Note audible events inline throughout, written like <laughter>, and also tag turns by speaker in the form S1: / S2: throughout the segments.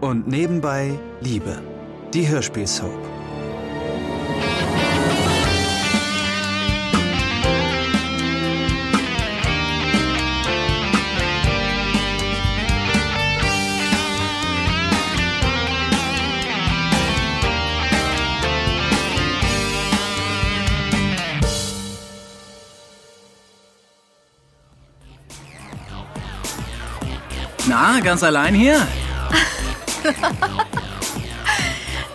S1: Und nebenbei Liebe, die Hörspielsoap.
S2: Na, ganz allein hier?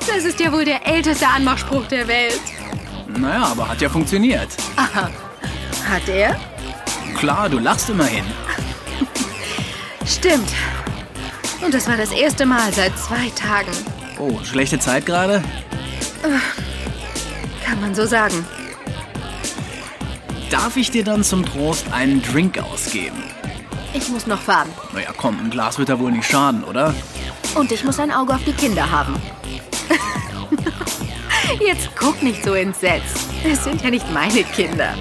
S3: Das ist ja wohl der älteste Anmachspruch der Welt.
S2: Naja, aber hat ja funktioniert.
S3: Hat er?
S2: Klar, du lachst immerhin.
S3: Stimmt. Und das war das erste Mal seit zwei Tagen.
S2: Oh, schlechte Zeit gerade?
S3: Kann man so sagen.
S2: Darf ich dir dann zum Trost einen Drink ausgeben?
S4: Ich muss noch fahren.
S2: Naja, komm, ein Glas wird da wohl nicht schaden, oder?
S4: Und ich muss ein Auge auf die Kinder haben.
S3: <laughs> Jetzt guck nicht so entsetzt. Es sind ja nicht meine Kinder.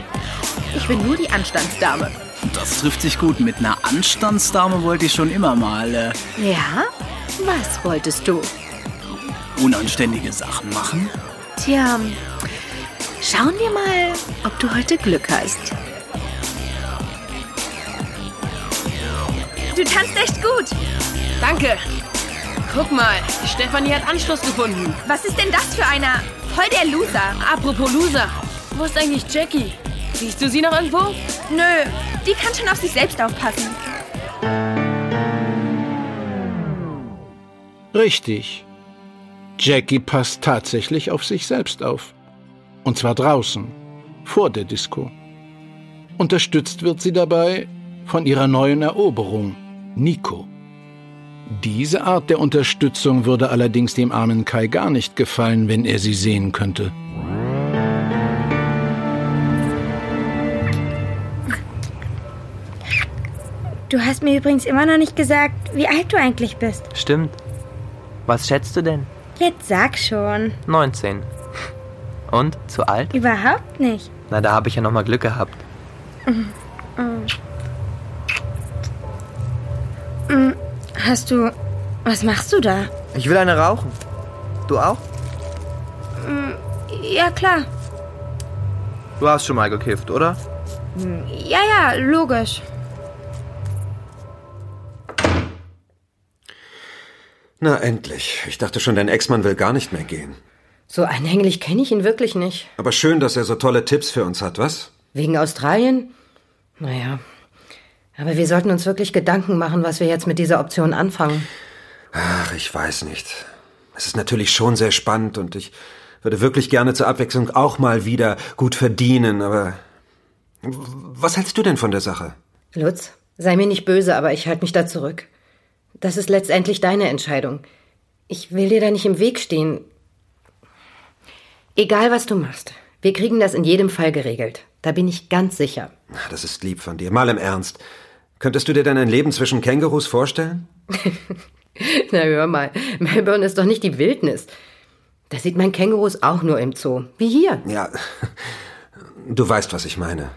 S3: Ich bin nur die Anstandsdame.
S2: Das trifft sich gut. Mit einer Anstandsdame wollte ich schon immer mal äh,
S3: Ja? Was wolltest du?
S2: unanständige Sachen machen.
S3: Tja, schauen wir mal, ob du heute Glück hast.
S5: Du tanzt echt gut.
S6: Danke. Guck mal, Stefanie hat Anschluss gefunden.
S5: Was ist denn das für einer? Voll der Loser.
S6: Apropos Loser, wo ist eigentlich Jackie? Siehst du sie noch irgendwo?
S5: Nö, die kann schon auf sich selbst aufpassen.
S7: Richtig. Jackie passt tatsächlich auf sich selbst auf. Und zwar draußen, vor der Disco. Unterstützt wird sie dabei von ihrer neuen Eroberung, Nico. Diese Art der Unterstützung würde allerdings dem armen Kai gar nicht gefallen, wenn er sie sehen könnte.
S8: Du hast mir übrigens immer noch nicht gesagt, wie alt du eigentlich bist.
S9: Stimmt. Was schätzt du denn?
S8: Jetzt sag schon.
S9: 19. Und? Zu alt?
S8: Überhaupt nicht.
S9: Na, da habe ich ja nochmal Glück gehabt.
S8: Hast du. Was machst du da?
S9: Ich will eine rauchen. Du auch?
S8: Ja, klar.
S9: Du hast schon mal gekifft, oder?
S8: Ja, ja, logisch.
S10: Na endlich. Ich dachte schon, dein Ex-Mann will gar nicht mehr gehen.
S11: So anhänglich kenne ich ihn wirklich nicht.
S10: Aber schön, dass er so tolle Tipps für uns hat, was?
S11: Wegen Australien? Naja. Aber wir sollten uns wirklich Gedanken machen, was wir jetzt mit dieser Option anfangen.
S10: Ach, ich weiß nicht. Es ist natürlich schon sehr spannend und ich würde wirklich gerne zur Abwechslung auch mal wieder gut verdienen, aber was hältst du denn von der Sache?
S11: Lutz, sei mir nicht böse, aber ich halte mich da zurück. Das ist letztendlich deine Entscheidung. Ich will dir da nicht im Weg stehen. Egal, was du machst, wir kriegen das in jedem Fall geregelt. Da bin ich ganz sicher. <laughs>
S10: Na, Das ist lieb von dir. Mal im Ernst. Könntest du dir denn ein Leben zwischen Kängurus vorstellen?
S11: Na hör mal, Melbourne ist doch nicht die Wildnis. Da sieht man Kängurus auch nur im Zoo. Wie hier.
S10: Ja, <laughs> du weißt, was ich meine.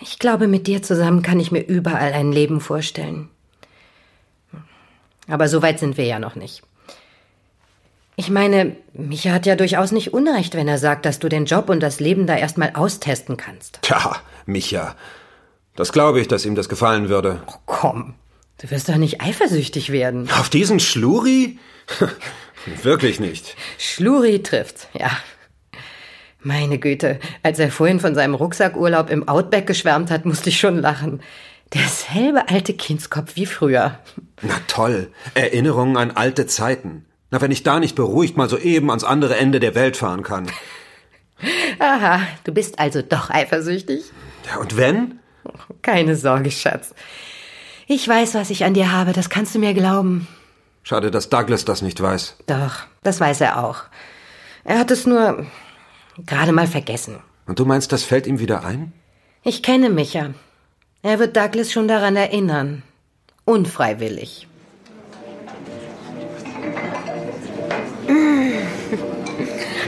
S11: Ich glaube, mit dir zusammen kann ich mir überall ein Leben vorstellen. Aber so weit sind wir ja noch nicht. Ich meine, Micha hat ja durchaus nicht Unrecht, wenn er sagt, dass du den Job und das Leben da erstmal austesten kannst.
S10: Tja, Micha. Das glaube ich, dass ihm das gefallen würde.
S11: Komm, du wirst doch nicht eifersüchtig werden.
S10: Auf diesen Schluri? <laughs> Wirklich nicht.
S11: Schluri trifft's, ja. Meine Güte, als er vorhin von seinem Rucksackurlaub im Outback geschwärmt hat, musste ich schon lachen. Derselbe alte Kindskopf wie früher.
S10: Na toll, Erinnerungen an alte Zeiten. Na, wenn ich da nicht beruhigt mal soeben ans andere Ende der Welt fahren kann.
S11: Aha, du bist also doch eifersüchtig?
S10: Ja, und wenn?
S11: Keine Sorge, Schatz. Ich weiß, was ich an dir habe, das kannst du mir glauben.
S10: Schade, dass Douglas das nicht weiß.
S11: Doch, das weiß er auch. Er hat es nur gerade mal vergessen.
S10: Und du meinst, das fällt ihm wieder ein?
S11: Ich kenne Micha. Er wird Douglas schon daran erinnern. Unfreiwillig.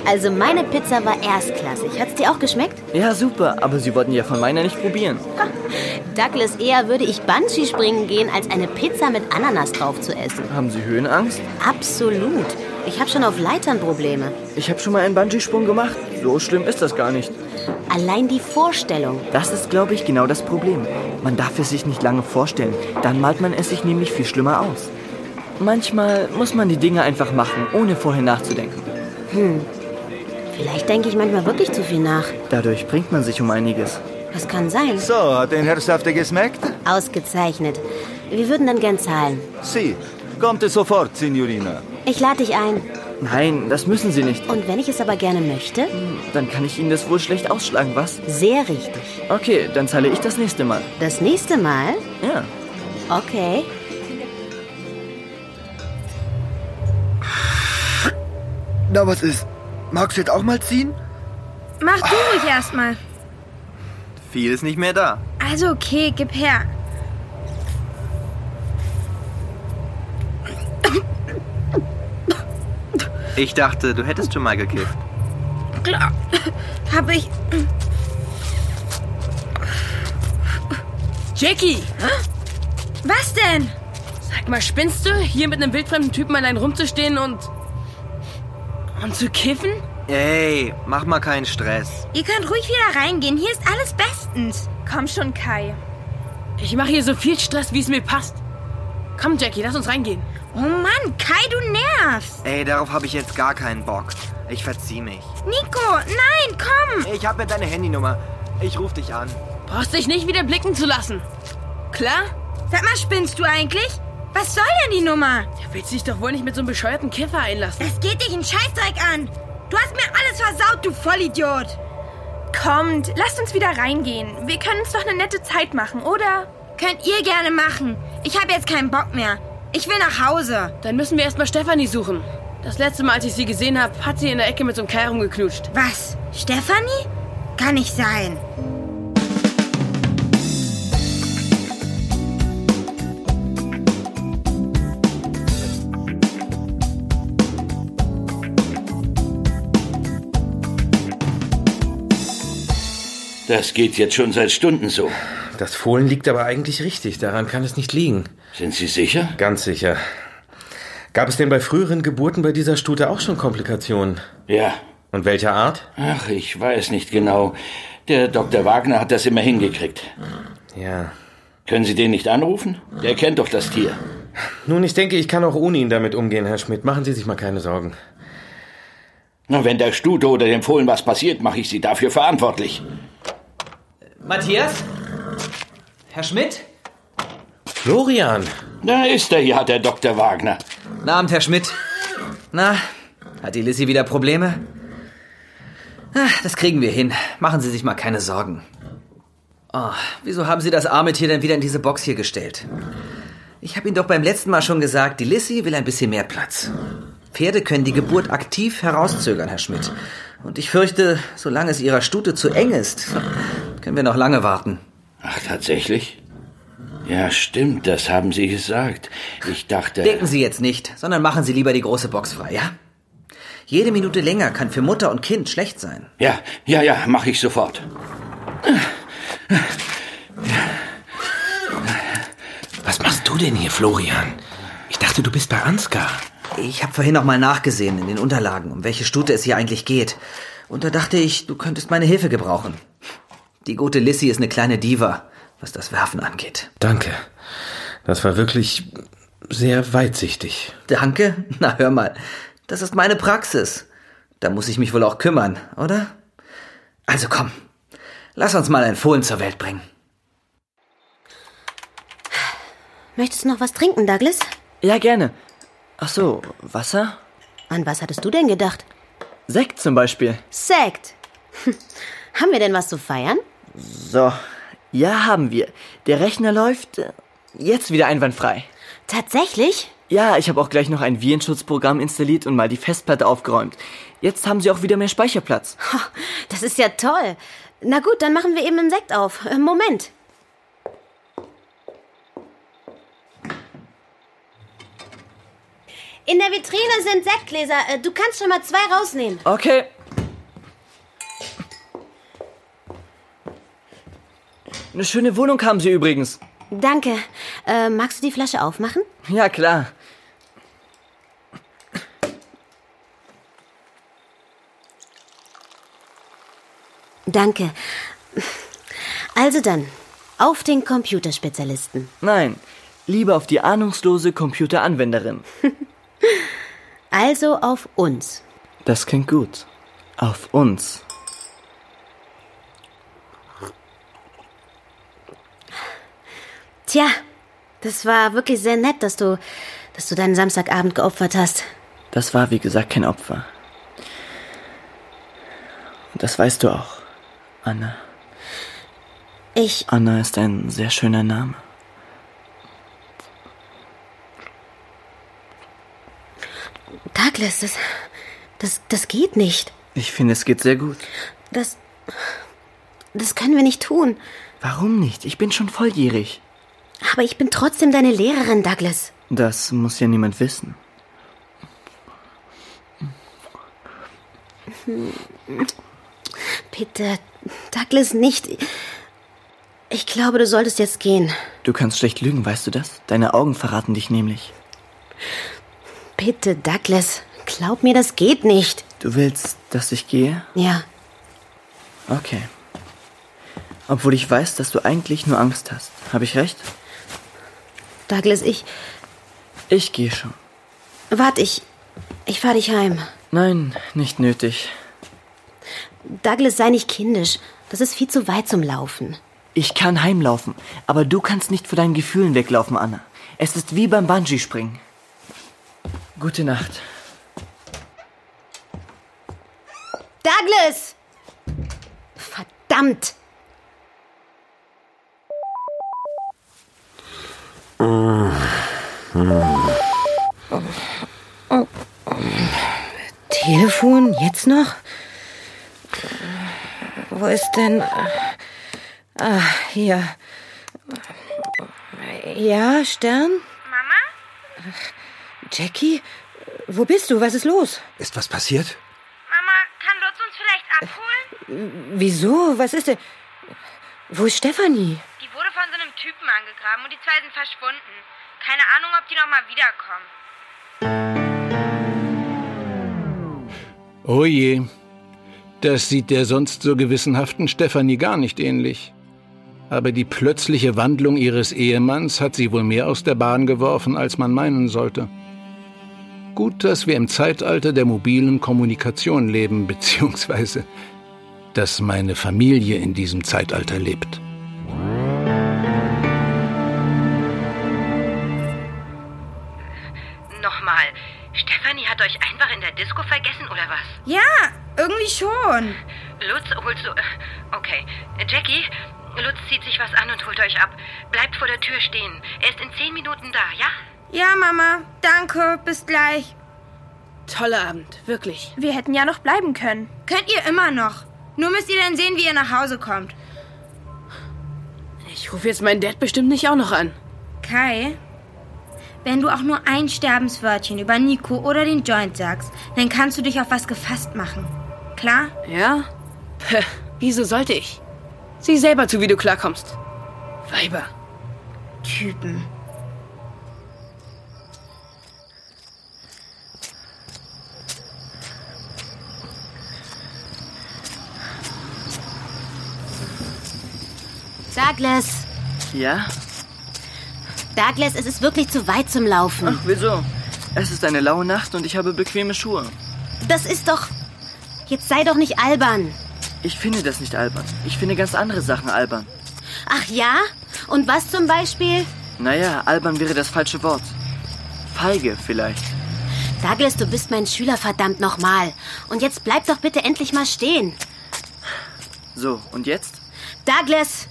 S12: Also meine Pizza war erstklassig. Hat's dir auch geschmeckt?
S13: Ja, super, aber Sie wollten ja von meiner nicht probieren.
S12: Douglas, eher würde ich Bungee springen gehen, als eine Pizza mit Ananas drauf zu essen.
S13: Haben Sie Höhenangst?
S12: Absolut. Ich habe schon auf Leitern Probleme.
S13: Ich habe schon mal einen Bungee-Sprung gemacht. So schlimm ist das gar nicht.
S12: Allein die Vorstellung.
S13: Das ist, glaube ich, genau das Problem. Man darf es sich nicht lange vorstellen. Dann malt man es sich nämlich viel schlimmer aus. Manchmal muss man die Dinge einfach machen, ohne vorher nachzudenken.
S12: Hm. Vielleicht denke ich manchmal wirklich zu viel nach.
S13: Dadurch bringt man sich um einiges.
S12: Das kann sein.
S14: So, hat den Herzhafte geschmeckt?
S12: Ausgezeichnet. Wir würden dann gern zahlen.
S14: Sie. Kommt es sofort, Signorina.
S12: Ich lade dich ein.
S13: Nein, das müssen Sie nicht.
S12: Und wenn ich es aber gerne möchte?
S13: Dann kann ich Ihnen das wohl schlecht ausschlagen, was?
S12: Sehr richtig.
S13: Okay, dann zahle ich das nächste Mal.
S12: Das nächste Mal?
S13: Ja.
S12: Okay.
S15: Na, was ist? Magst du jetzt auch mal ziehen?
S8: Mach du ruhig erstmal.
S9: Viel ist nicht mehr da.
S8: Also okay, gib her.
S9: Ich dachte, du hättest schon mal gekifft.
S8: Klar. Hab ich.
S6: Jackie!
S8: Was denn?
S6: Sag mal, spinnst du, hier mit einem wildfremden Typen allein rumzustehen und. und zu kiffen?
S9: Ey, mach mal keinen Stress.
S8: Ihr könnt ruhig wieder reingehen. Hier ist alles bestens.
S5: Komm schon, Kai.
S6: Ich mache hier so viel Stress, wie es mir passt. Komm, Jackie, lass uns reingehen.
S8: Oh Mann, Kai, du nervst.
S9: Ey, darauf habe ich jetzt gar keinen Bock. Ich verzieh mich.
S8: Nico, nein, komm.
S9: Ich habe ja deine Handynummer. Ich ruf dich an.
S6: Brauchst dich nicht wieder blicken zu lassen. Klar?
S8: Sag mal, spinnst du eigentlich? Was soll denn die Nummer?
S6: Du willst dich doch wohl nicht mit so einem bescheuerten Kiffer einlassen.
S8: Das geht dich in Scheißdreck an. Du hast mir alles versaut, du Vollidiot.
S5: Kommt, lasst uns wieder reingehen. Wir können uns doch eine nette Zeit machen, oder?
S8: Könnt ihr gerne machen. Ich habe jetzt keinen Bock mehr. Ich will nach Hause.
S6: Dann müssen wir erstmal Stefanie suchen. Das letzte Mal, als ich sie gesehen habe, hat sie in der Ecke mit so einem Kerl rumgeknutscht.
S8: Was? Stefanie? Kann nicht sein.
S16: Das geht jetzt schon seit Stunden so.
S17: Das Fohlen liegt aber eigentlich richtig. Daran kann es nicht liegen.
S16: Sind Sie sicher?
S17: Ganz sicher. Gab es denn bei früheren Geburten bei dieser Stute auch schon Komplikationen?
S16: Ja.
S17: Und welcher Art?
S16: Ach, ich weiß nicht genau. Der Dr. Wagner hat das immer hingekriegt.
S17: Ja.
S16: Können Sie den nicht anrufen? Der kennt doch das Tier.
S17: Nun, ich denke, ich kann auch ohne ihn damit umgehen, Herr Schmidt. Machen Sie sich mal keine Sorgen.
S16: Na, wenn der Stute oder dem Fohlen was passiert, mache ich Sie dafür verantwortlich.
S18: Matthias? Herr Schmidt?
S17: Florian!
S16: Da ist er ja, der Dr. Wagner.
S18: Guten Abend, Herr Schmidt. Na, hat die Lissy wieder Probleme? Ach, das kriegen wir hin. Machen Sie sich mal keine Sorgen. Oh, wieso haben Sie das arme Tier denn wieder in diese Box hier gestellt? Ich habe Ihnen doch beim letzten Mal schon gesagt, die Lissy will ein bisschen mehr Platz. Pferde können die Geburt aktiv herauszögern, Herr Schmidt. Und ich fürchte, solange es Ihrer Stute zu eng ist, <laughs> können wir noch lange warten.
S16: Ach, tatsächlich? Ja, stimmt, das haben Sie gesagt. Ich dachte.
S18: Denken Sie jetzt nicht, sondern machen Sie lieber die große Box frei, ja? Jede Minute länger kann für Mutter und Kind schlecht sein.
S16: Ja, ja, ja, mache ich sofort.
S17: Was machst du denn hier, Florian? Ich dachte, du bist bei Ansgar.
S18: Ich habe vorhin noch mal nachgesehen in den Unterlagen, um welche Stute es hier eigentlich geht. Und da dachte ich, du könntest meine Hilfe gebrauchen. Die gute Lissy ist eine kleine Diva, was das Werfen angeht.
S17: Danke. Das war wirklich sehr weitsichtig.
S18: Danke? <laughs> Na hör mal, das ist meine Praxis. Da muss ich mich wohl auch kümmern, oder? Also komm, lass uns mal ein Fohlen zur Welt bringen.
S12: Möchtest du noch was trinken, Douglas?
S13: Ja, gerne. Ach so, Wasser?
S12: An was hattest du denn gedacht?
S13: Sekt zum Beispiel.
S12: Sekt? <laughs> Haben wir denn was zu feiern?
S13: So, ja, haben wir. Der Rechner läuft äh, jetzt wieder einwandfrei.
S12: Tatsächlich?
S13: Ja, ich habe auch gleich noch ein Virenschutzprogramm installiert und mal die Festplatte aufgeräumt. Jetzt haben sie auch wieder mehr Speicherplatz.
S12: Das ist ja toll. Na gut, dann machen wir eben einen Sekt auf. Äh, Moment. In der Vitrine sind Sektgläser. Äh, Du kannst schon mal zwei rausnehmen.
S13: Okay. Eine schöne Wohnung haben Sie übrigens.
S12: Danke. Äh, magst du die Flasche aufmachen?
S13: Ja, klar.
S12: Danke. Also dann, auf den Computerspezialisten.
S13: Nein, lieber auf die ahnungslose Computeranwenderin.
S12: Also auf uns.
S13: Das klingt gut. Auf uns.
S12: Tja, das war wirklich sehr nett, dass du, dass du deinen Samstagabend geopfert hast.
S13: Das war, wie gesagt, kein Opfer. Und das weißt du auch, Anna.
S12: Ich.
S13: Anna ist ein sehr schöner Name.
S12: Douglas, das, das, das geht nicht.
S13: Ich finde, es geht sehr gut.
S12: Das, das können wir nicht tun.
S13: Warum nicht? Ich bin schon volljährig.
S12: Aber ich bin trotzdem deine Lehrerin, Douglas.
S13: Das muss ja niemand wissen.
S12: Bitte, Douglas, nicht. Ich glaube, du solltest jetzt gehen.
S13: Du kannst schlecht lügen, weißt du das? Deine Augen verraten dich nämlich.
S12: Bitte, Douglas, glaub mir, das geht nicht.
S13: Du willst, dass ich gehe?
S12: Ja,
S13: Okay. Obwohl ich weiß, dass du eigentlich nur Angst hast. Habe ich recht?
S12: Douglas, ich.
S13: Ich gehe schon.
S12: Warte, ich. Ich fahr dich heim.
S13: Nein, nicht nötig.
S12: Douglas, sei nicht kindisch. Das ist viel zu weit zum Laufen.
S13: Ich kann heimlaufen, aber du kannst nicht vor deinen Gefühlen weglaufen, Anna. Es ist wie beim Bungee-Springen. Gute Nacht.
S12: Douglas! Verdammt!
S11: Telefon, jetzt noch? Wo ist denn. äh, Ah, hier. Ja, Stern? Mama? Jackie? Wo bist du? Was ist los?
S10: Ist was passiert?
S5: Kann Lutz uns vielleicht abholen?
S11: Wieso? Was ist denn. Wo ist Stefanie?
S5: Die wurde von so einem Typen angegraben und die zwei sind verschwunden. Keine Ahnung, ob die nochmal wiederkommen.
S7: Oh je, das sieht der sonst so gewissenhaften Stefanie gar nicht ähnlich. Aber die plötzliche Wandlung ihres Ehemanns hat sie wohl mehr aus der Bahn geworfen, als man meinen sollte. Gut, dass wir im Zeitalter der mobilen Kommunikation leben, <laughs> beziehungsweise dass meine Familie in diesem Zeitalter lebt.
S19: Nochmal, Stefanie hat euch einfach in der Disco vergessen, oder was?
S5: Ja, irgendwie schon.
S19: Lutz, holst du...
S5: äh,
S19: Okay, Jackie, Lutz zieht sich was an und holt euch ab. Bleibt vor der Tür stehen. Er ist in zehn Minuten da, ja?
S5: Ja, Mama. Danke. Bis gleich.
S6: Toller Abend, wirklich.
S5: Wir hätten ja noch bleiben können.
S8: Könnt ihr immer noch. Nur müsst ihr dann sehen, wie ihr nach Hause kommt.
S6: Ich rufe jetzt meinen Dad bestimmt nicht auch noch an.
S8: Kai, wenn du auch nur ein Sterbenswörtchen über Nico oder den Joint sagst, dann kannst du dich auf was gefasst machen. Klar?
S6: Ja? Hä, Wieso sollte ich? Sieh selber zu, wie du klarkommst. Weiber.
S8: Typen.
S12: Douglas,
S13: Ja?
S12: Douglas, es ist wirklich zu weit zum Laufen.
S13: Ach, wieso? Es ist eine laue Nacht und ich habe bequeme Schuhe.
S12: Das ist doch. Jetzt sei doch nicht albern.
S13: Ich finde das nicht albern. Ich finde ganz andere Sachen albern.
S12: Ach ja? Und was zum Beispiel?
S13: Naja, albern wäre das falsche Wort. Feige vielleicht.
S12: Douglas, du bist mein Schüler, verdammt nochmal. Und jetzt bleib doch bitte endlich mal stehen.
S13: So, und jetzt?
S12: Douglas!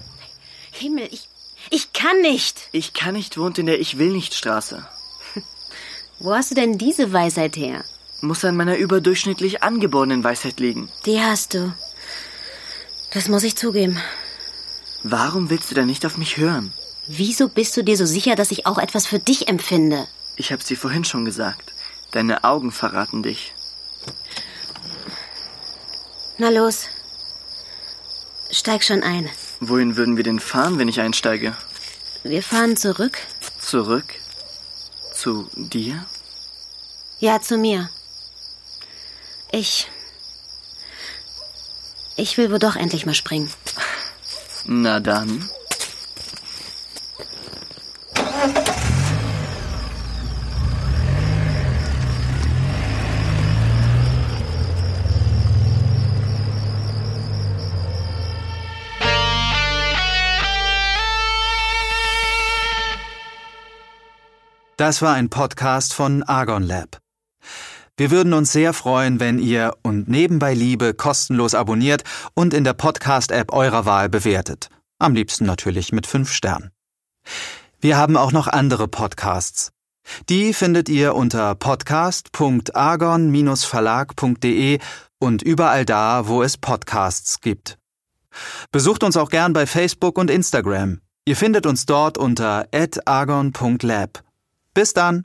S12: Himmel, ich. Ich kann nicht.
S13: Ich kann nicht wohnt in der Ich will nicht Straße.
S12: Wo hast du denn diese Weisheit her?
S13: Muss an meiner überdurchschnittlich angeborenen Weisheit liegen.
S12: Die hast du. Das muss ich zugeben.
S13: Warum willst du dann nicht auf mich hören?
S12: Wieso bist du dir so sicher, dass ich auch etwas für dich empfinde?
S13: Ich hab's dir vorhin schon gesagt. Deine Augen verraten dich.
S12: Na los. Steig schon ein.
S13: Wohin würden wir denn fahren, wenn ich einsteige?
S12: Wir fahren zurück.
S13: Zurück? Zu dir?
S12: Ja, zu mir. Ich. Ich will wohl doch endlich mal springen.
S13: Na dann.
S1: Das war ein Podcast von Argon Lab. Wir würden uns sehr freuen, wenn ihr und nebenbei Liebe kostenlos abonniert und in der Podcast-App eurer Wahl bewertet. Am liebsten natürlich mit fünf Sternen. Wir haben auch noch andere Podcasts. Die findet ihr unter podcast.argon-verlag.de und überall da, wo es Podcasts gibt. Besucht uns auch gern bei Facebook und Instagram. Ihr findet uns dort unter argon.lab. Bis dann!